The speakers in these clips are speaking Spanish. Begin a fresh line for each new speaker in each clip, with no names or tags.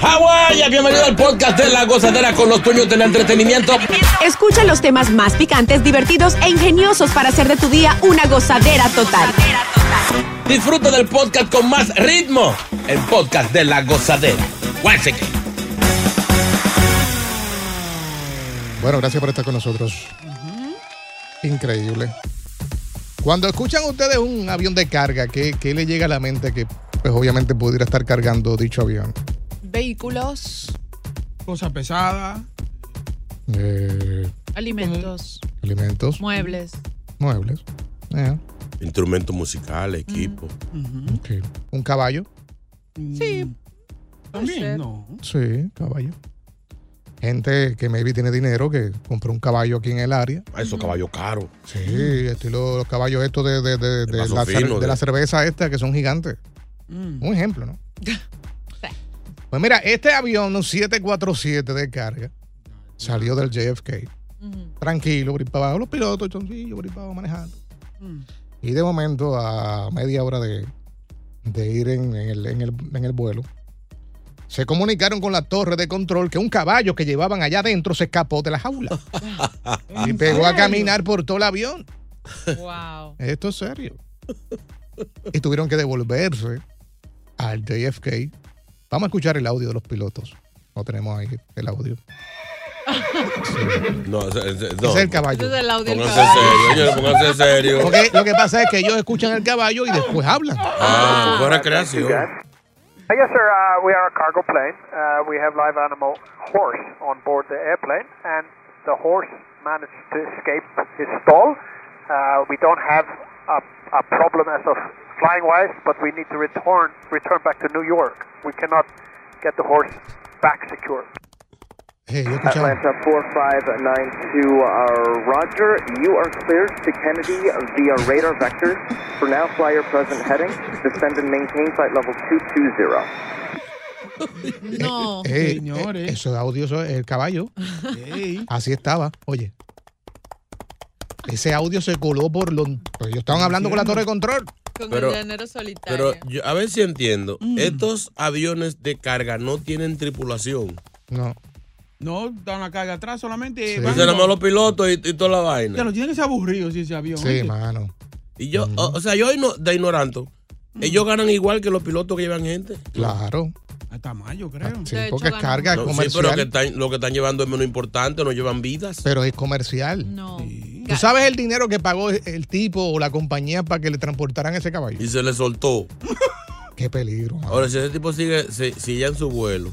Hawái, bienvenido al podcast de La Gozadera con los dueños del entretenimiento.
Escucha los temas más picantes, divertidos e ingeniosos para hacer de tu día una gozadera total.
Disfruta del podcast con más ritmo. El podcast de La Gozadera. Guáchate.
Bueno, gracias por estar con nosotros. Increíble. Cuando escuchan ustedes un avión de carga, ¿qué, qué le llega a la mente que pues obviamente pudiera estar cargando dicho avión?
Vehículos,
Cosa pesada.
Eh,
alimentos,
alimentos,
muebles.
muebles. eh,
Instrumentos musicales, equipo.
Mm.
ok. Un caballo.
Sí,
También, no.
Sí, caballo. Gente que maybe tiene dinero, que compró un caballo aquí en el área.
Ah, esos caballos caros.
Sí, estilo los caballos estos de, de- de- de
vaso
la, cer-
fino,
de
de-
la cerveza esta, que son gigantes.
Mm.
Un ejemplo, ¿no? Pues mira, este avión, un 747 de carga, salió del JFK. Tranquilo, por ahí para abajo. Los pilotos, choncillos, por ahí para abajo, manejando. Y de momento, a media hora de, de ir en, en el, en el- en el vuelo, se comunicaron con la torre de control que un caballo que llevaban allá adentro se escapó de la jaula y pegó a caminar por todo el avión.
Wow.
Esto es serio. y tuvieron que devolverse al JFK. Vamos a escuchar el audio de los pilotos. No tenemos ahí el audio.
No, es, es- es- no.
Ese es el caballo.
Ese es el audio del
Pónganse
caballo.
serio, señores, pónganse serio.
Porque lo que pasa es que ellos escuchan el caballo y después hablan.
Ah, fuera creación.
Uh, Yes, sir. Uh, we are a cargo plane. Uh, we have live animal horse on board the airplane, and the horse managed to escape his stall. Uh, we don't have a, a problem as of flying wise, but we need to return return back to New York. We cannot get the horse back secure.
Eh, yo escuchaba.
4592 uh, Roger, you are cleared to Kennedy via radar vectors. For now, fly your present heading. Descend and maintain flight level 220.
No.
Eh, eh,
Señores.
eso es audio, eso es el caballo.
Ey,
Ah,
Así estaba. Oye. Ese audio se coló por los. pues ellos estaban hablando con la torre de control.
Con
Pero-
el llanero solitario.
Pero yo, a ver si entiendo.
Mm.
Estos aviones de carga no tienen tripulación.
No.
no dan la carga atrás solamente.
Sí.
van-
Dicen nada más los pilotos y, y toda la vaina.
Ya lo tienen que ser aburridos si ese avión.
Sí,
¿oíste?
mano.
Y yo, o, o sea, yo igno- de ignorante,
Mm.
ellos ganan igual que los pilotos que llevan gente.
Claro.
Hasta mayo, creo.
Sí,
De hecho,
porque es
ganó.
carga
No, sí,
comercial.
pero que
pero,
están, lo que están llevando es menos importante, no llevan vidas.
es comercial.
No.
¿Tú sabes el dinero que pagó el tipo o la compañía para que le transportaran ese caballo?
Y se les soltó.
Qué peligro, mano.
Ahora, si ese tipo sigue, si, si ya en su vuelo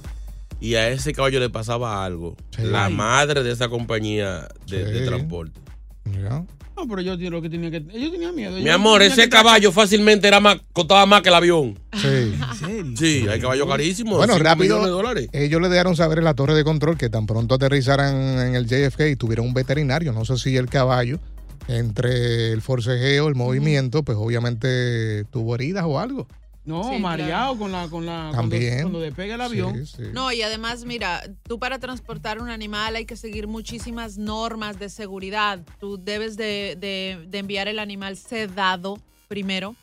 y a ese caballo le pasaba algo,
Sí.
la madre de esa compañía de, de
Sí.
transporte.
Ya.
No, pero ellos tienen lo que tenían que. Ellos tenían miedo.
Mi
ellos
amor,
tenían
ese
que estar-
caballo fácilmente era más, costaba más que el avión.
Sí.
Sí, hay caballos carísimos.
Bueno,
cinco
rápido.
millones de dólares.
Ellos le dejaron saber en la torre de control que tan pronto aterrizaran en el JFK y tuvieron un veterinario, no sé si el caballo, entre el forcejeo, el movimiento, pues obviamente tuvo heridas o algo.
No,
Sí,
mareado con la. Con la cuando-
También.
Cuando, despega el avión.
Sí, sí.
No, y además, mira, tú para transportar un animal hay que seguir muchísimas normas de seguridad. Tú debes de, de- de enviar el animal sedado primero,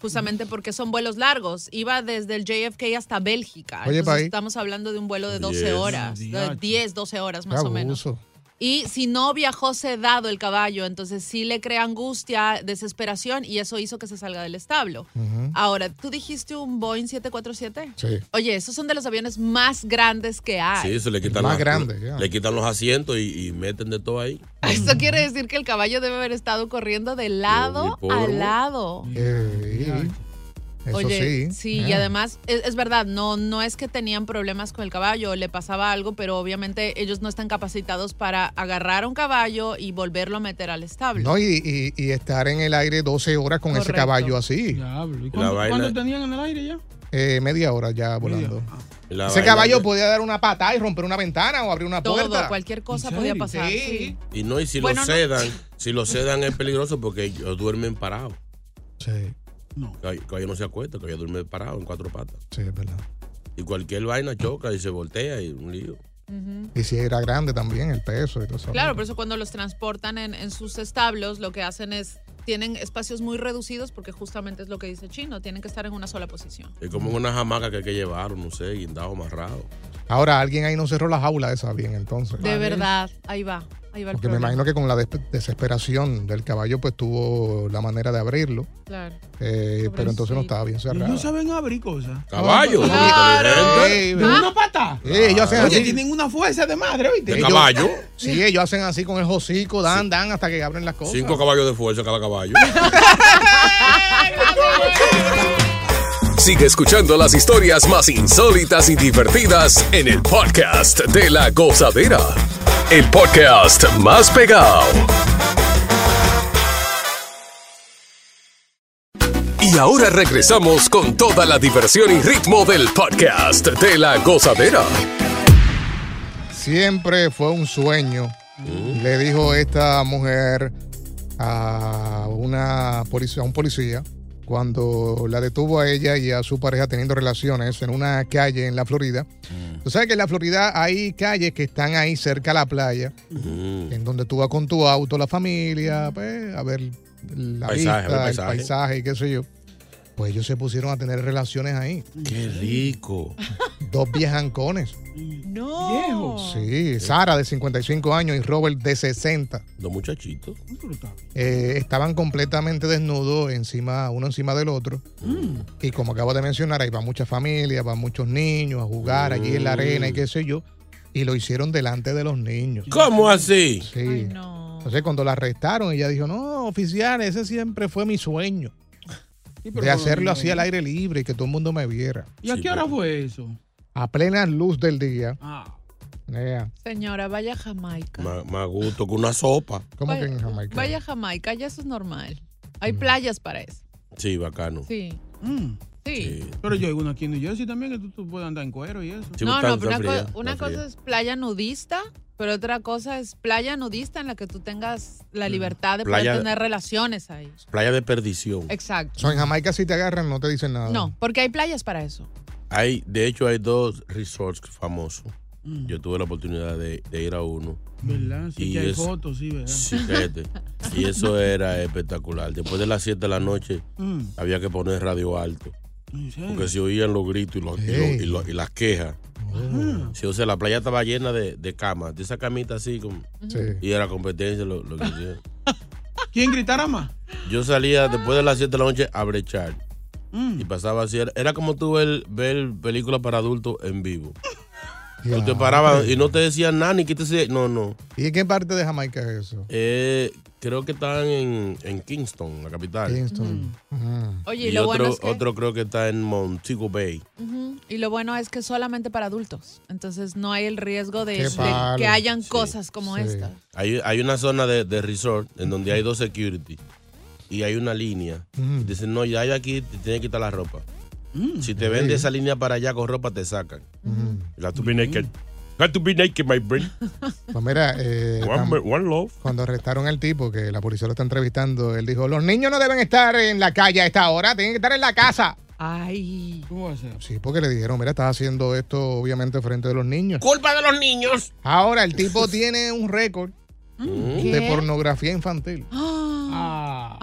justamente porque son vuelos largos. Iba desde el JFK hasta Bélgica.
Oye,
Entonces,
país.
estamos hablando de un vuelo de 12
Yes.
horas, de
Diache.
10, 12 horas
Qué
más o menos.
abuso.
Y si no viajó sedado el caballo, entonces sí le crea angustia, desesperación y eso hizo que se salga del establo.
Ujú.
Ahora, ¿tú dijiste un Boeing 747?
Sí.
Oye, esos son de los aviones más grandes que hay.
Sí, se le quitan,
más
las-
grande, ya.
le quitan los asientos y, y meten de todo ahí.
Esto quiere decir que el caballo debe haber estado corriendo de lado
mi pobre.
a lado.
Eh, Eso
Oye,
sí.
sí,
eh.
y además es, es verdad, no, no es que tenían problemas con el caballo, le pasaba algo, pero obviamente ellos no están capacitados para agarrar a un caballo y volverlo a meter al establo.
No, y, y- y estar en el aire 12 horas con ese
Correcto.
caballo así.
¿Cuándo, cuándo tenían en el aire ya?
Eh, media hora ya volando.
La
Ese
vaina
caballo
que-
podía dar una patada y romper una ventana o abrir una
Todo,
puerta.
cualquier cosa podía pasar. sí.
Y no, y si
Bueno,
lo
no.
sedan, si lo sedan es peligroso porque ellos duermen parados.
Sí.
No. Caballo no se acuesta, caballo duerme parado en cuatro patas.
Sí, es verdad.
Y cualquier vaina choca y se voltea y un lío.
Ujú.
Y si era grande también el peso y todo eso.
Claro, por eso cuando los transportan en, en sus establos, lo que hacen es, tienen espacios muy reducidos porque justamente es lo que dice Chino, tienen que estar en una sola posición.
Es
Mm.
como una hamaca que hay que llevar, no sé, guindado, amarrado.
Ahora alguien ahí no cerró la jaula esa bien entonces.
De verdad, ahí va, ahí va el
Porque me
problema.
imagino que con la des- desesperación del caballo pues tuvo la manera de abrirlo.
Claro.
eh, pero entonces no estaba bien
Ellos
cerrado.
no saben abrir cosas.
Caballo.
Claro.
Sí,
De una pata.
Sí, ellos hacen
Ah. Oye,
así.
tienen una fuerza de madre, ¿oíste?
De caballo.
Sí, ellos hacen así con el hocico, dan, dan hasta que abren las cosas.
Cinco caballos de fuerza cada caballo.
Sigue escuchando las historias más insólitas y divertidas en el podcast de la gozadera. El podcast más pegado. Y ahora regresamos con toda la diversión y ritmo del podcast de la gozadera.
Siempre fue un sueño,
Mm.
le dijo esta mujer a, una policía, a un policía cuando la detuvo a ella y a su pareja teniendo relaciones en una calle en la Florida.
Mm.
Tú sabes que en la Florida hay calles que están ahí cerca a la playa,
Mm.
en donde tú vas con tu auto, la familia, pues, a ver la vista,
Paisaje, ver
el
paisaje.
paisaje y qué sé yo. Pues ellos se pusieron a tener relaciones ahí.
Qué rico.
Dos viejancones.
No.
Oh.
Sí, Sara de 55 años y Robert de 60.
Los muchachitos.
eh, estaban completamente desnudos encima, uno encima del otro.
Mm.
Y como acabo de mencionar, ahí van muchas familias, van muchos niños a jugar allí en la arena
Mm.
y qué sé yo. Y lo hicieron delante de los niños.
¿Cómo así?
Sí. Entonces cuando la arrestaron, ella dijo, no, oficial, ese siempre fue mi sueño. De hacerlo así al aire libre y que todo el mundo me viera.
¿Y a qué hora fue eso?
A plena luz del día.
Ah.
Ea,
Señora, vaya a Jamaica.
Más, más gusto que una sopa.
¿Cómo
Vaya-
que en Jamaica?
Vaya a Jamaica, ya eso es normal.
Mm.
Hay playas para eso.
Sí, bacano.
Sí,
Mm.
sí.
Sí.
Pero yo hay uno aquí en New Jersey también que tú, tú puedes andar en cuero y eso.
Sí,
no,
está-
no,
está
pero una,
fría,
co-
está
una
fría.
cosa es playa nudista, pero otra cosa es playa nudista en la que tú tengas la libertad de
Mm. Playa-
poder tener relaciones ahí.
Playa de perdición.
Exacto.
So, en Jamaica si te agarran no te dicen
Ah.
nada.
No, porque hay playas para eso.
Hay, de hecho, hay dos resorts famosos.
Mm.
Yo tuve la oportunidad de, de ir a uno.
¿Verdad? Sí,
Y
que hay
eso-
fotos, sí, ¿verdad?
Sí, fíjate. Y eso era espectacular. Después de las 7 de la noche
Mm.
había que poner radio alto.
¿En serio?
Porque se oían los gritos y, los- y los- y los- y las quejas. Sí, o sea, la playa estaba llena de, de camas, de esa camita así. Como,
Sí.
y era competencia lo, lo que hicieron.
Mm. ¿Quién gritara más?
Yo salía después de las 7 de la noche a brechar.
Mm.
Y pasaba así. Era, era como tú ver, ver películas para adultos en vivo.
Ya.
Tú te parabas y no te decían nada, ni quítese. No, no.
¿Y en qué parte de Jamaica es eso?
Eh, creo que estaban en, en Kingston, la capital.
Kingston. Ajá.
Mm. Oye, y,
Y, otro,
lo bueno es que,
otro creo que está en Montego Bay.
Ujú, y lo bueno es que solamente para adultos. Entonces no hay el riesgo de,
Qué
de
palo.
que hayan cosas como
Sí.
esta.
Hay, hay una zona de, de resort en donde hay dos security y hay una línea.
Mm.
Dicen, no, ya hay aquí, te tienes que quitar la ropa.
Mm.
Si te ven de esa línea para allá con ropa, te sacan. Got to be naked. Got to be naked, my friend.
Pues mira, eh, tam-
One, one love.
cuando arrestaron al tipo, que la policía lo está entrevistando, él dijo, los niños no deben estar en la calle a esta hora, tienen que estar en la casa.
Ay.
¿Cómo va a ser?
Sí, porque le dijeron, mira, estás haciendo esto obviamente frente de los niños.
Culpa de los niños.
Ahora, el tipo tiene un récord
¿Qué?
de pornografía infantil.
Ah.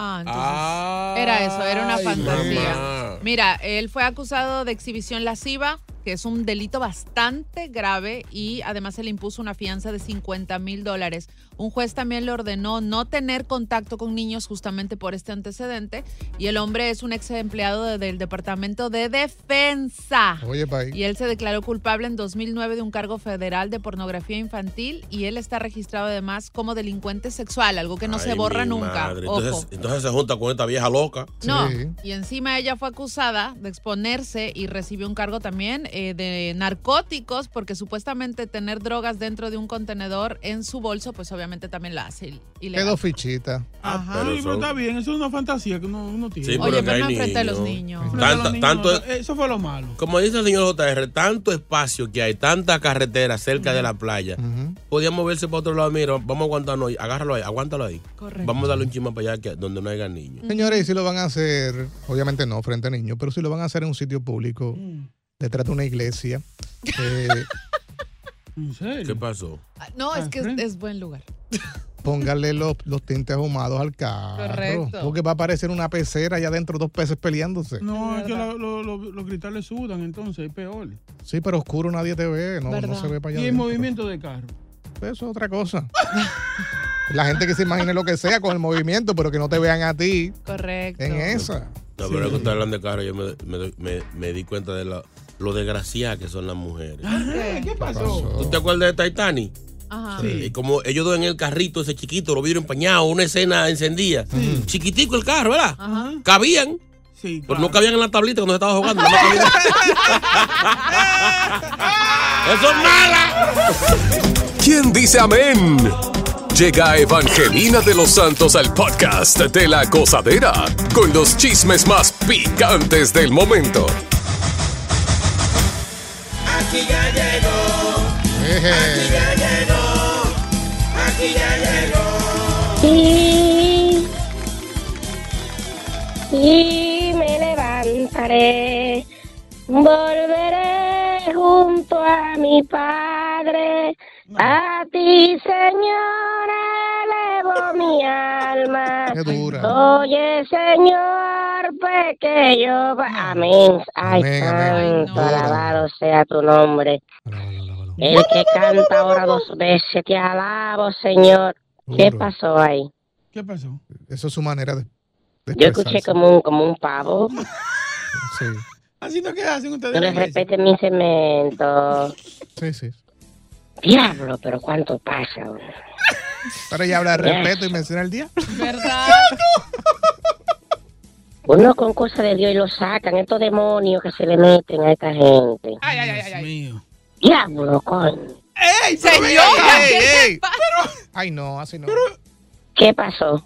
Ah, entonces era eso, era una
Ay,
fantasía.
mamá.
Mira, él fue acusado de exhibición lasciva, que es un delito bastante grave y además se le impuso una fianza de 50 mil dólares. Un juez también le ordenó no tener contacto con niños justamente por este antecedente y el hombre es un ex empleado de- del Departamento de Defensa.
Oye, país.
Y él se declaró culpable en 2009 de un cargo federal de pornografía infantil y él está registrado además como delincuente sexual, algo que no se
Ay,
borra
mi
nunca.
madre.
Ojo.
Entonces, entonces se junta con esta vieja loca.
No, y encima ella fue acusada de exponerse y recibió un cargo también eh, de narcóticos porque supuestamente tener drogas dentro de un contenedor en su bolso, pues obviamente también la hace il- ilegal.
Quedó fichita.
Ah,
Ah,
Ajá,
pero
sí, pero
son-
está bien, eso es una fantasía que uno, uno tiene.
Sí, pero
Oye,
que
pero
hay
no enfrente a los
niños.
niños.
Frente a
Tanto-
los niños,
tanto-
no, eso fue lo malo.
Como dice el señor JR, tanto espacio que hay, tanta carretera cerca de la playa. Podía moverse para otro lado. Mira, vamos a aguantarnos ahí. Agárralo ahí, aguántalo ahí.
Correcto.
Vamos a darle un chima para allá que, donde no haya niños.
Señores, y si lo van a hacer, obviamente no frente a niños, pero si lo van a hacer en un sitio público, detrás de una iglesia, eh,
¿Qué pasó?
Ah, No, es que es, es buen lugar.
póngale los, los tintes ahumados al carro.
Correcto.
Porque va a aparecer una pecera allá adentro, dos peces peleándose.
No, es que la- lo- lo- los cristales sudan, entonces es peor.
Sí, pero oscuro nadie te ve, no, no
¿Verdad?
se ve para
Y
allá.
el
adentro.
movimiento de carro.
Eso es otra cosa. La gente que se imagine lo que sea con el movimiento, pero que no te vean a ti
Correcto.
en esa.
No, pero cuando usted hablando de carro, yo me, me- me- me di cuenta de la- lo desgraciadas que son las mujeres.
¿Qué pasó?
¿Tú te acuerdas de Titanic?
Ah.
Ajá.
Y como ellos dos en el carrito, ese chiquito, lo vieron empañado, una escena encendida. Chiquitico el carro, ¿verdad?
Ajá.
Cabían,
Sí,
pero no cabían en la tablita cuando se estaba jugando. nada más cabían. ¡Eso es mala!
¿Quién dice amén? Llega Evangelina de los Santos al podcast de la gozadera con los chismes más picantes del momento.
Aquí ya llegó. Aquí ya llegó. Aquí ya llegó.
Y, y me levantaré, volveré junto a mi padre, a ti Señor elevo mi alma. Oye Señor, pequeño,
Ah.
amén, ay, santo, alabado sea tu nombre. El que canta ahora dos veces, te alabo Señor. ¿Qué pasó ahí?
¿Qué pasó?
Eso es su manera de. de
Yo escuché
expresarse.
como un, como un pavo.
Sí.
Así no queda, hacen ustedes.
No les respeten mi cemento.
Sí, sí.
Diablo, pero cuánto pasa. bro.
Pero ella habla de
Yes.
respeto y menciona el día.
¿Verdad?
Uno con cosas de Dios y lo sacan, estos demonios que se le meten a esta gente.
Ay, ay, ay, ay. Mío.
Diablo, coño.
¡Ey,
señor!
¡Ey, ey!
Pero,
Ay, no, así no.
¿Qué pasó?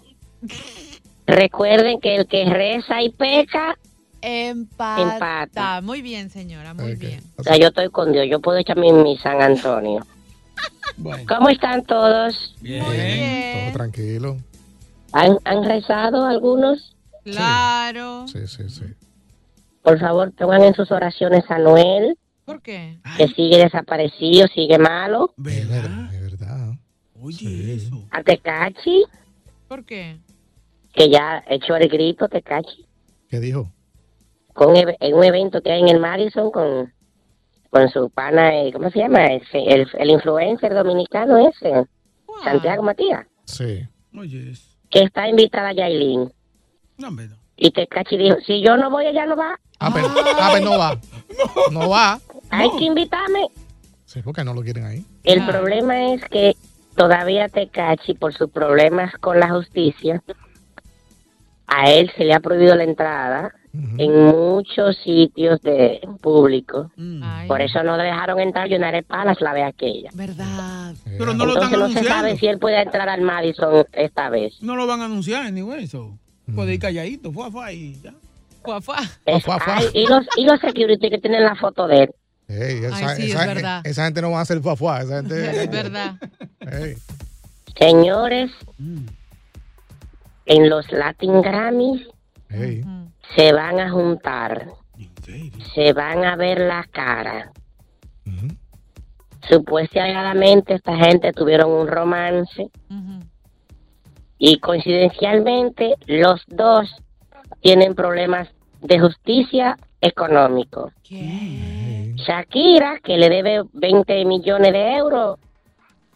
Recuerden que el que reza y peca,
Empata.
Empata.
Muy bien, señora, muy bien.
o sea, yo estoy con Dios, yo puedo echar mi, mi San Antonio. ¿Cómo están todos?
Todo tranquilo.
¿Han, han rezado algunos?
Claro.
Sí, sí, sí.
Por favor, pongan en sus oraciones a Noel,
¿Por qué?
que sigue desaparecido, sigue malo.
Oye, eso.
A Tecachi,
¿Por qué?
que ya echó el grito, Tecachi,
¿Qué dijo?
con ev- en un evento que hay en el Madison con, con su pana, eh, ¿cómo se llama? Ese, El, el influencer dominicano ese, Santiago Matías,
Sí.
Oye, eso.
que está invitada a Yailin.
No, hombre, no.
Y Tecachi dijo, si yo no voy, ella no va.
Ah, pero, ah, pero no va. No va.
Hay que invitarme.
Sí, porque no lo quieren ahí.
El problema es que todavía Tecachi, por sus problemas con la justicia, a él se le ha prohibido la entrada en muchos sitios de público.
Mm.
Por eso no dejaron entrar Yonare Palas la vez aquella.
¿Verdad?
Pero no lo están
Entonces no se
anunciando.
sabe si él puede entrar al Madison esta vez.
No lo van a anunciar, ni eso.
Mm.
Puede ir calladito, fue fue y ya.
Fue
Es- ay, y, los, y los security que tienen la foto de él.
Ey, esa,
Ay, sí,
esa-
es verdad.
esa gente no va a hacer fuafuá. Esa
Es
gente.
verdad.
Ey.
Señores, en los Latin Grammys se van a juntar, se van a ver las caras. Supuestamente esta gente tuvieron un romance y coincidencialmente los dos tienen problemas de justicia económico. Shakira, que le debe 20 millones de euros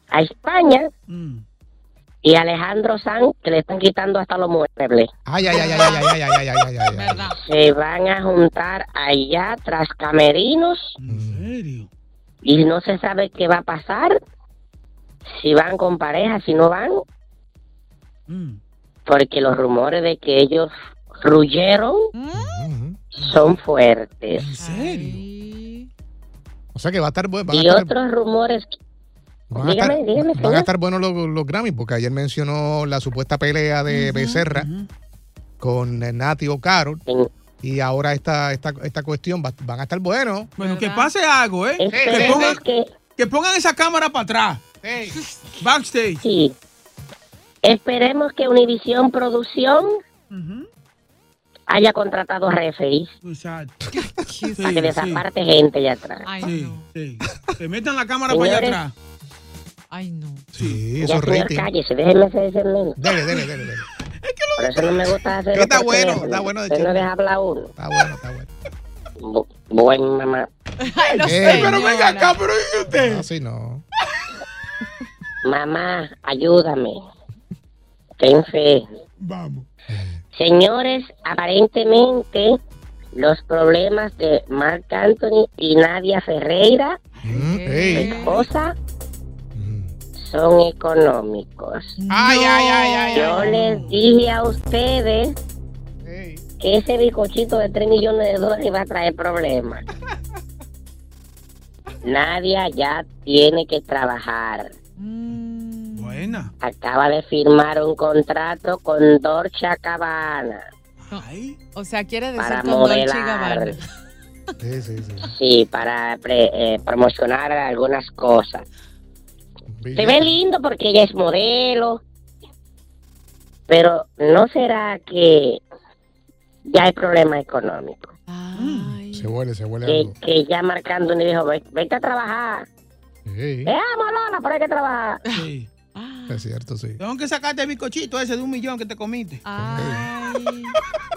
a España,
Mm.
y Alejandro Sanz, que le están quitando hasta los muebles.
Ay, ay, ay, ay, ay, ay, ay, ay, ay, ay, ay.
Se van a juntar allá tras camerinos. Y no se sabe qué va a pasar, si van con pareja, si no van,
Mm.
porque los rumores de que ellos ruyeron
Mm.
son fuertes.
O sea que va a estar bueno. Van, a
Y
estar-
otros rumores,
van a estar-
dígame, dígame,
van a
señor.
estar buenos los, los Grammys, porque ayer mencionó la supuesta pelea de Becerra con eh, Nati o Carol. Y ahora esta, esta, esta cuestión va- van a estar buenos.
Bueno, que pase algo, ¿eh?
Esperemos
Que pongan,
que...
pongan esa cámara para atrás. Backstage.
Sí. Esperemos que Univisión Producción haya contratado referees
Exacto.
para que
sí.
desaparte gente allá atrás.
sí, sí. Que metan la cámara para allá
Señores.
atrás.
Ay, no.
Sí,
Ya,
eso es
señor,
rating.
cállese, déjeme hacer ese menos.
Dele, dele, dele. dele.
Por eso no me gusta hacer
Está bueno, está bueno de
Usted no
chisme.
deja hablar uno.
Está bueno, está bueno.
Bu- buen mamá.
lo
Eh,
sé,
pero venga acá, pero ¿y usted?
Así no.
Mamá, ayúdame. Ten fe.
Vamos.
Señores, aparentemente los problemas de Marc Anthony y Nadia Ferreira,
Mm,
su esposa, son económicos.
Ay, ay, ay, ay,
Yo
ay.
les dije a ustedes que ese bicochito de 3 millones de dólares iba a traer problemas. Nadia ya tiene que trabajar.
Buena.
Acaba de firmar un contrato con Dolce Cabana.
O sea, quiere decir
para
con Dolce y
modelar.
Gabbana.
Sí, sí, sí.
Sí, para pre- eh, promocionar algunas cosas. Se ve lindo porque ella es modelo, pero ¿no será que ya hay problema económico?
Se huele, se huele
Que,
algo.
que ya marcando un dijo, "Ve- vete a trabajar. ¿Eh?
Sí,
Veamos, Lola, Ah, pero hay que trabajar.
es cierto, sí.
Tengo que sacarte el bizcochito ese de un millón que te comiste.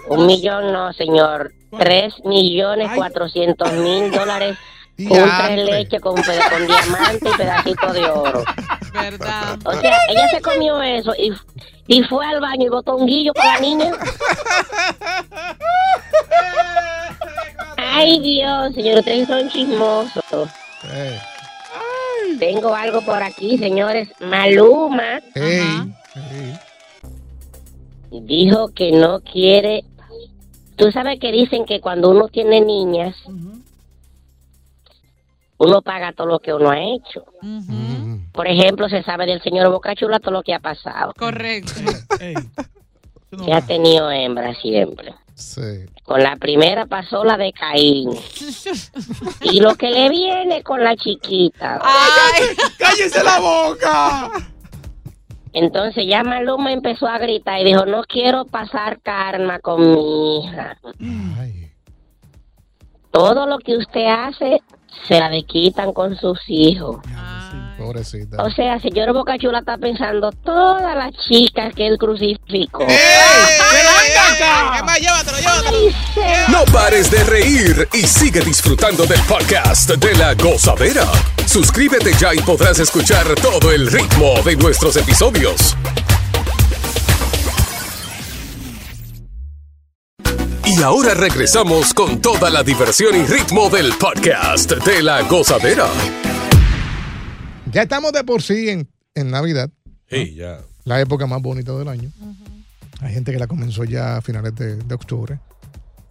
Un millón no, señor. Tres millones cuatrocientos mil dólares. Un
Diantre.
tres leche con, pe- con diamante y pedacito de oro. O sea, ella se comió eso y, y fue al baño y botó un guillo para la niña. Ay, Dios, señor, ustedes son chismosos. Tengo algo por aquí, señores. Maluma dijo que no quiere. Tú sabes que dicen que cuando uno tiene niñas, uno paga todo lo que uno ha hecho. Por ejemplo, se sabe del señor Bocachula todo lo que ha pasado.
Correcto.
Que ha tenido hembra siempre.
Sí.
Con la primera pasó la de Caín. Y lo que le viene con la chiquita.
¡Cállese la boca!
Entonces ya Maluma empezó a gritar y dijo, no quiero pasar karma con mi hija. Todo lo que usted hace se la le quitan con sus hijos.
Pobrecita.
O sea, señor Bocachula está pensando todas las chicas que él crucificó.
¡Eh! ¿Qué más? Llévatelo, llévatelo.
No pares de reír y sigue disfrutando del podcast de la gozadera. Suscríbete ya y podrás escuchar todo el ritmo de nuestros episodios. Y ahora regresamos con toda la diversión y ritmo del podcast de la gozadera.
Ya estamos de por sí en, en Navidad,
Sí, ya.
la época más bonita del año. Hay gente que la comenzó ya a finales de, de octubre.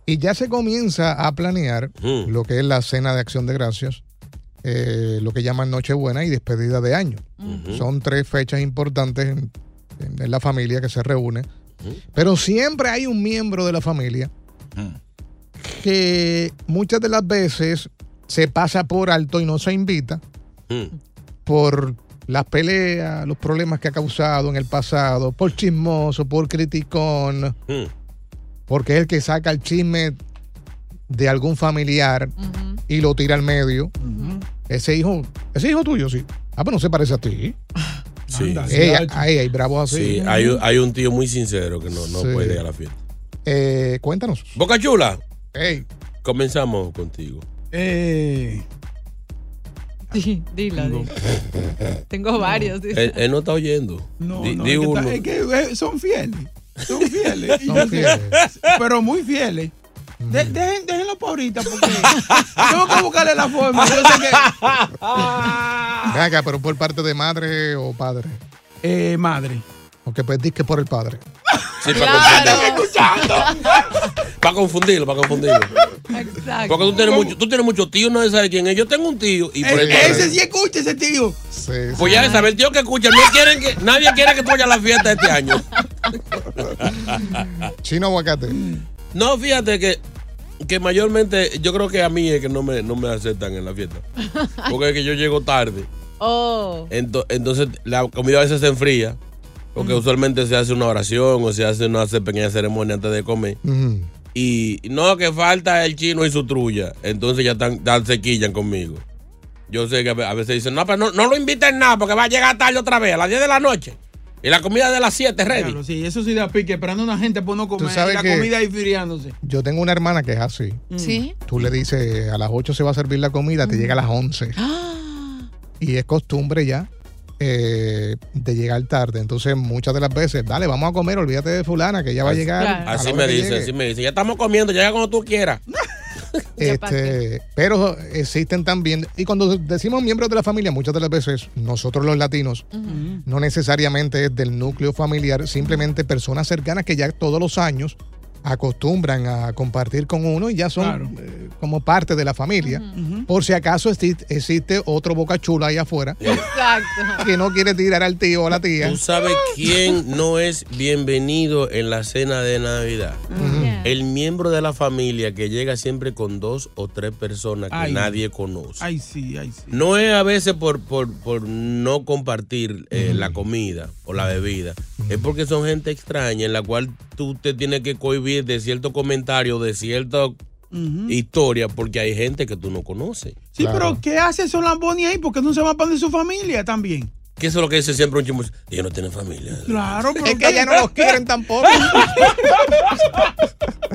Y ya se comienza a planear lo que es la cena de acción de gracias, eh, lo que llaman Nochebuena y despedida de año. Son tres fechas importantes en, en- en la familia que se reúne. Pero siempre hay un miembro de la familia
Mm.
que muchas de las veces se pasa por alto y no se invita
Hmm.
por las peleas, los problemas que ha causado en el pasado, por chismoso, por criticón,
Hmm.
porque es el que saca el chisme de algún familiar y lo tira al medio. Ese hijo, ese hijo tuyo, sí. Ah, pero no se parece a ti.
Sí.
Ey, ay, ay, bravos así.
¿eh?
Sí, hay, un- hay un tío muy sincero que no, no
Sí.
puede ir a la fiesta.
Eh, cuéntanos.
Boca Chula.
Ey.
Comenzamos contigo.
Eh,
Sí, dilo. dilo. Tengo varios. dice.
Él, él no está oyendo.
no,
Di-
no,
di
es que
uno.
está- es que, eh, son fieles. Son fieles. Y yo sé- Pero muy fieles. De- dejen- déjenlo para ahorita porque tengo que buscarle la forma. Yo sé
Ven acá, pero por parte de madre o padre.
Eh, madre.
Porque pedís que por el padre.
Sí, para confundirlo. Para confundirlo, para confundirlo.
Exacto.
Porque tú tienes, mucho, tú tienes muchos tíos, no sabes quién es. Yo tengo un tío. Y por
Eh,
el padre.
ese sí escucha ese tío.
Pues ya sabes, el tío que escucha, no quieren que, nadie quiere que tú vayas a la fiesta de este año.
Chino aguacate.
No, fíjate que, que mayormente yo creo que a mí es que no me, no me aceptan en la fiesta.
Ah.
Porque es que yo llego tarde.
Oh.
Ento- entonces la comida a veces se enfría. Porque usualmente se hace una oración o se hace una ce- pequeña ceremonia antes de comer. Y no, que falta el chino y su trulla. Entonces ya están, ya se quillan conmigo. Yo sé que a ve- a veces dicen, no, pero no, no lo inviten nada porque va a llegar tarde otra vez, a las 10 de la noche. Y la comida de las 7, ready.
Claro, sí, eso sí da pique, esperando a una gente por no comer.
sabes
y la
que-
comida ahí friándose. Mm.
Yo tengo una hermana que es así.
Sí.
Tú le dices a las 8 se va a servir la comida, te llega a las 11. Y es costumbre ya eh, de llegar tarde. Entonces, muchas de las veces, dale, vamos a comer, olvídate de Fulana, que ya va a llegar. a la
Así
hora
me
que
dice,
llegue.
así me dice. Ya estamos comiendo, llega cuando tú quieras.
Este, pero existen también, y cuando decimos miembros de la familia, muchas de las veces nosotros los latinos, no necesariamente es del núcleo familiar, simplemente personas cercanas que ya todos los años acostumbran a compartir con uno y ya son eh, como parte de la familia. Por si acaso exi- existe otro boca chula ahí afuera
Exacto.
que no quiere tirar al tío o a la tía.
¿Tú sabes quién no es bienvenido en la cena de Navidad? El miembro de la familia que llega siempre con dos o tres personas que
Ay.
nadie conoce.
Ay, sí, ay, sí.
No es a veces por, por, por no compartir eh, la comida o la bebida. Es porque son gente extraña en la cual tú te tienes que cohibir de cierto comentario, de cierta Mm-hmm. historia, porque hay gente que tú no conoces.
Sí, pero ¿qué hace esos lambones ahí? Porque no se van para de su familia también.
Que eso es lo que dice siempre un chimo. Ellos no tienen familia.
Claro, pero.
Es que ya no los quieren tampoco.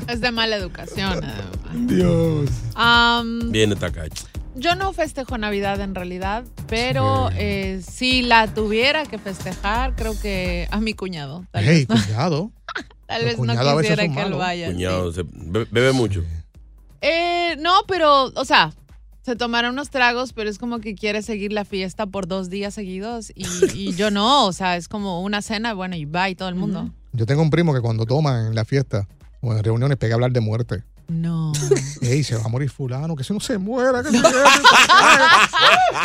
Es de mala educación. además.
Dios.
Am,
Viene Takachi.
yo no festejo Navidad en realidad, pero eh, si la tuviera que festejar, creo que a mi cuñado. Tal,
Hey, cuidado.
tal
los
vez no
cuñados a veces
quisiera
son
que él
malos.
vaya.
Cuñado, se- be- bebe mucho.
Eh, no, pero, o sea, se tomaron unos tragos, pero es como que quiere seguir la fiesta por dos días seguidos y, y yo no, o sea, es como una cena, bueno, y va y todo el mundo.
Yo tengo un primo que cuando toma en la fiesta o en reuniones pega a hablar de muerte.
No.
Ey, se va a morir fulano, que si no se muera. que se muera.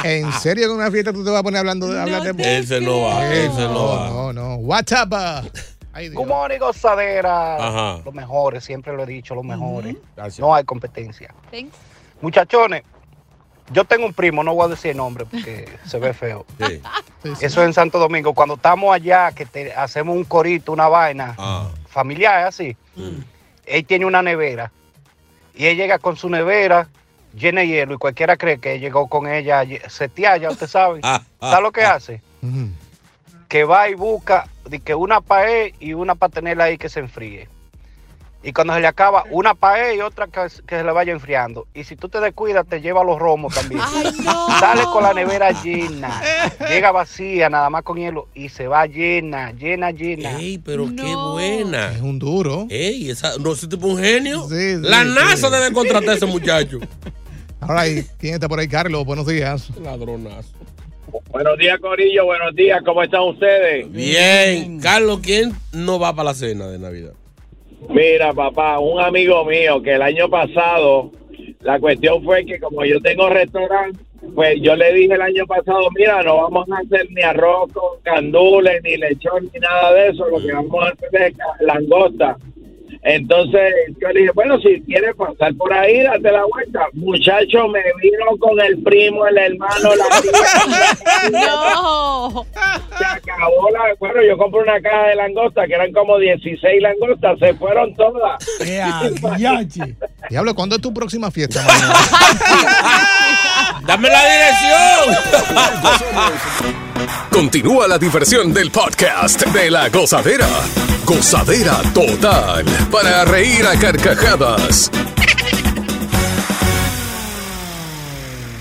en serio que en una fiesta tú te vas a poner hablando de hablar de muerte.
Ese no va,
Eh,
ese no va.
No, no. What's up? ah?
Good morning, gozadera.
Ajá.
Los mejores, siempre lo he dicho, los mejores. No hay competencia.
Thanks.
Muchachones, yo tengo un primo, no voy a decir nombre porque se ve feo. Eso es en Santo Domingo. Cuando estamos allá, que te- hacemos un corito, una vaina
Ah.
familiar, es así. Él tiene una nevera y él llega con su nevera llena de hielo y cualquiera cree que él llegó con ella ye- seteada, ya usted sabe.
Ah, ah,
¿Sabe lo que
ah.
hace? Que va y busca de que una para él y una para tenerla ahí que se enfríe. Y cuando se le acaba, una para él y otra que, que se le vaya enfriando. Y si tú te descuidas, te lleva los romos también. Sale con la nevera llena. Llega vacía, nada más con hielo. Y se va llena, llena, llena.
Ey, pero qué buena. Es
un duro.
Ey, esa, no ese tipo es un genio.
sí,
la
sí.
NASA debe contratar a ese muchacho.
Ahora, ¿y ¿quién está por ahí, Carlos? Buenos días.
Ladronazo.
Buenos días, Corillo. Buenos días. ¿Cómo están ustedes?
Bien. Carlos, ¿quién no va para la cena de Navidad?
Mira, papá, un amigo mío que el año pasado, la cuestión fue que como yo tengo restaurante, pues yo le dije el año pasado, mira, no vamos a hacer ni arroz con candules, ni lechón, ni nada de eso. Lo que vamos a hacer es ca- langosta. Entonces yo le dije, bueno, si quieres pasar por ahí, date la vuelta. Muchacho, me vino con el primo, el hermano, la tía.
no.
Se acabó la. Bueno, yo compré una caja de langosta que eran como 16 langostas, se fueron todas.
Diablo, ¿cuándo es tu próxima fiesta? mano?
¡Dame la
dirección! Continúa la diversión del podcast de la gozadera. Gozadera total. Para reír a carcajadas.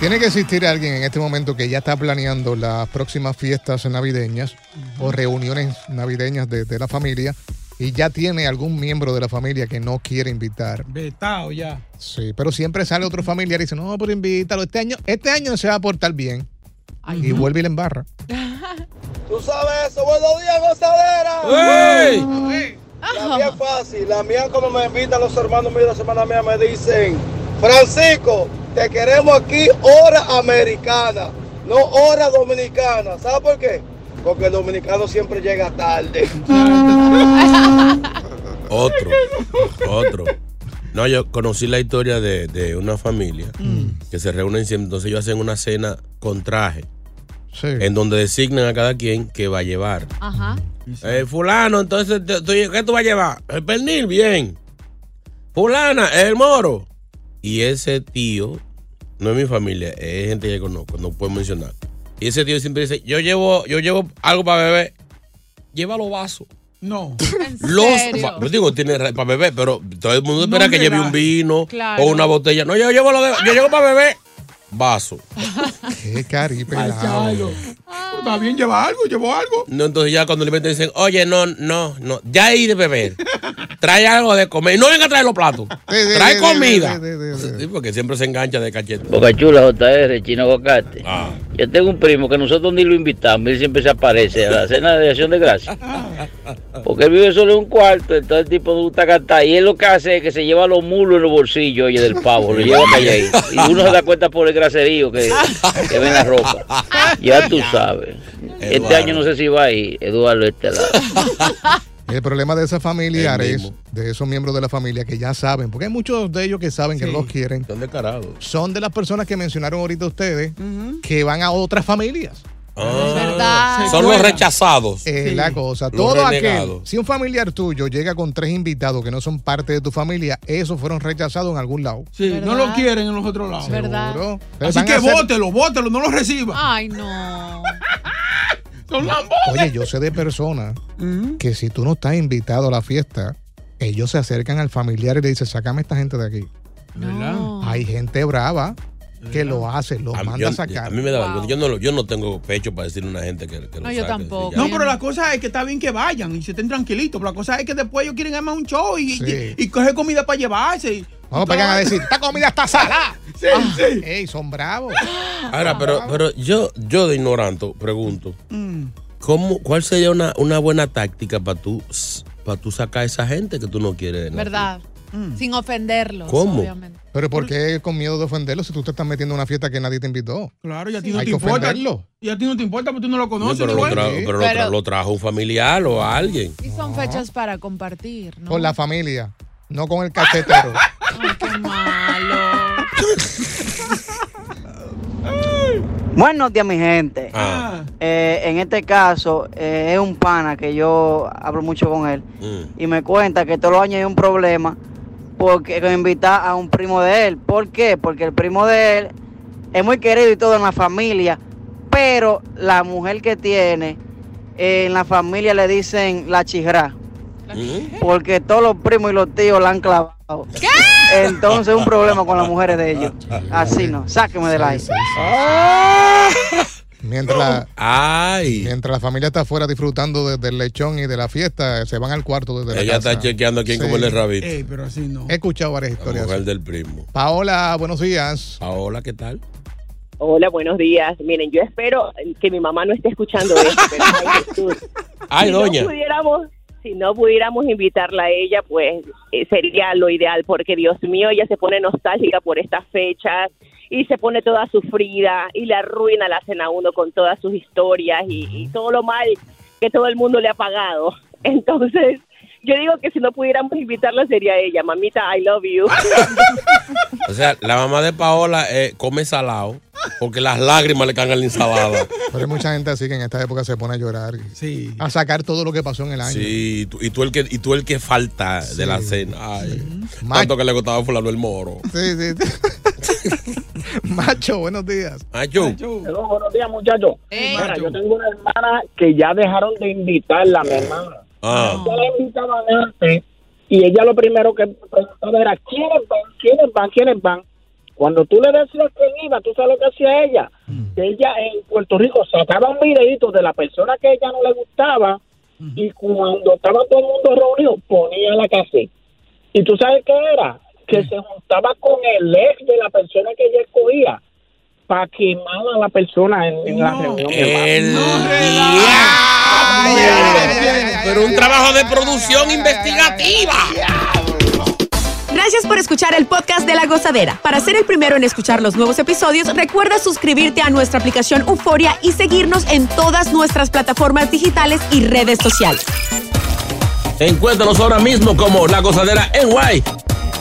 Tiene que existir alguien en este momento que ya está planeando las próximas fiestas navideñas o reuniones navideñas de, de la familia y ya tiene algún miembro de la familia que no quiere invitar.
Vetado ya.
Sí, pero siempre sale otro familiar y dice, no, pero invítalo, este año, este año se va a portar bien. y vuelve y le embarra.
Tú sabes eso. Buenos días, gozadera.
¡Ey!
La mía es fácil. La mía, cuando me invitan los hermanos míos, las hermanas mías me dicen: Francisco, te queremos aquí hora americana, no hora dominicana. ¿Sabes por qué? Porque el dominicano siempre llega tarde.
Otro, otro. No, yo conocí la historia de, de una familia que se reúnen siempre, entonces ellos hacen una cena con traje, en donde designan a cada quien que va a llevar.
Ajá.
Eh, fulano, entonces, te- tú- ¿qué tú vas a llevar? El pernil, bien. Fulana, el moro. Y ese tío, no es mi familia, es gente que conozco, no puedo mencionar. Y ese tío siempre dice, yo llevo, yo llevo algo para beber. Lleva los vasos.
No.
Los, va- yo digo, tiene ra- para beber, pero todo el mundo espera
No
que lleve
relaje.
un vino
Claro.
o una botella. No, yo llevo lo de- yo llevo para beber. Vaso.
Qué caribe.
Está bien, lleva algo, llevo algo.
No, entonces ya cuando le meten dicen, oye, no, no, no, ya ir de beber. Trae algo de comer. No venga a traer los platos. Trae comida. Sí, porque siempre se engancha de cachete.
Boca Chula, JR, Chino Aguacate. Yo tengo un primo que nosotros ni lo invitamos, él siempre se aparece a la cena de acción de gracia. Porque él vive solo en un cuarto, entonces el tipo le gusta cantar. Y él lo que hace es que se lleva los mulos en los bolsillos, oye, del pavo, lo lleva para allá. ahí. Y uno se da cuenta por el graserío que, que ve en la ropa. Ya tú sabes. Este
Eduardo.
año no sé si va a ir, Eduardo, este lado.
El problema de esos familiares, de esos miembros de la familia que ya saben, porque hay muchos de ellos que saben que no los quieren.
Son descarados.
Son de las personas que mencionaron ahorita ustedes que van a otras familias.
Ah, son los rechazados.
Es la cosa.
Los
Todo aquel.
renegados.
Si un familiar tuyo llega con tres invitados que no son parte de tu familia, esos fueron rechazados en algún lado.
Sí, no lo quieren en los otros lados.
¿Verdad? Ustedes
Así
van a
que
hacer-
bótelo, bótelo, no lo reciba.
Ay, no.
Son lambones.
Oye, yo sé de personas que si tú no estás invitado a la fiesta, ellos se acercan al familiar y le dicen, sácame esta gente de aquí.
Ah.
Hay gente brava que lo hace, lo
A mí,
manda
Ah, yo-
a sacar.
a mí me da vergüenza. Yo, no, lo- yo no tengo pecho para decirle a una gente que, que lo saque.
No, pero la cosa es que está bien que vayan y se estén tranquilitos. Pero la cosa es que después ellos quieren armar un show y,
Sí.
y, y coger comida para llevarse. y-
Vamos para acá a decir, esta comida está salada.
Sí, sí.
Ey, son bravos.
Ahora, pero, pero yo, yo de ignorante pregunto,
Mm.
¿cómo, ¿cuál sería una, una buena táctica para tú, para tú sacar a esa gente que tú no quieres? ¿no?
¿Verdad? Sin ofenderlos,
¿Cómo?
obviamente.
Pero ¿por qué con miedo de ofenderlo si tú te estás metiendo en una fiesta que nadie te invitó?
Claro, y a ti no
Hay
te
que
importa.
ofenderlo.
Y a ti no te importa porque tú no lo
No,
conoces.
pero,
digo,
lo tra-
¿eh?
pero lo tra- lo trajo un familiar o alguien.
Y son fechas para compartir, ¿no?
Con la familia, no con el cachetero.
Buenos días, mi gente.
Ah.
Eh, en este caso, eh, es un pana que yo hablo mucho con él y me cuenta que todos los años hay un problema porque con invitar a un primo de él. ¿Por qué? Porque el primo de él es muy querido y todo en la familia, pero la mujer que tiene eh, en la familia le dicen la chirra porque todos los primos y los tíos la han clavado. Entonces, un problema con las mujeres de ellos. Así no, sáqueme del aire. Ah.
Mientras la,
Ay.
mientras la familia está afuera disfrutando de- del lechón y de la fiesta, se van al cuarto desde
Ella
la casa.
está chequeando a quién
Sí.
comerle el rabito.
Ey, pero así no.
He escuchado varias
La
historias.
mujer del primo.
Paola, buenos días.
Paola, ¿qué tal?
Hola, buenos días. Miren, yo espero que mi mamá no esté escuchando esto. pero, ay, Jesús.
Ay,
si
doña.
No pudiéramos, si no pudiéramos invitarla a ella, pues eh, sería lo ideal, porque Dios mío, ella se pone nostálgica por estas fechas y se pone toda sufrida y le arruina la cena a uno con todas sus historias y, y todo lo mal que todo el mundo le ha pagado. Entonces, yo digo que si no pudiéramos invitarla sería ella. Mamita, I love you.
O sea, la mamá de Paola eh, come salado porque las lágrimas le caen a la ensalada.
Pero hay mucha gente así que en esta época se pone a llorar. A sacar todo lo que pasó en el año.
Sí, y tú, y tú el que, y tú el que falta de la cena. Ay, tanto que le costaba fulano el moro.
Sí, sí, sí. Macho, buenos días.
Macho.
Hello, buenos días, muchachos. Mira, yo tengo una hermana que ya dejaron de invitarla, mi hermana.
啊
Ah.
Ya la invitaban antes y ella lo primero que preguntaba era, ¿quiénes van? ¿quiénes van? ¿quiénes van? Cuando tú le decías que iba, tú sabes lo que hacía ella. Que ella en Puerto Rico sacaba un videito de la persona que ella no le gustaba y cuando estaba todo el mundo reunido ponía la caseta. ¿Y tú sabes qué era? Que se juntaba con el ex de la persona que ella escogía para quemar a la persona en, en la reunión.
El
Pero
un trabajo de producción investigativa.
Gracias por escuchar el podcast de La Gozadera. Para ser el primero en escuchar los nuevos episodios, recuerda suscribirte a nuestra aplicación Euforia y seguirnos en todas nuestras plataformas digitales y redes sociales.
Encuéntranos ahora mismo como La Gozadera en Guay.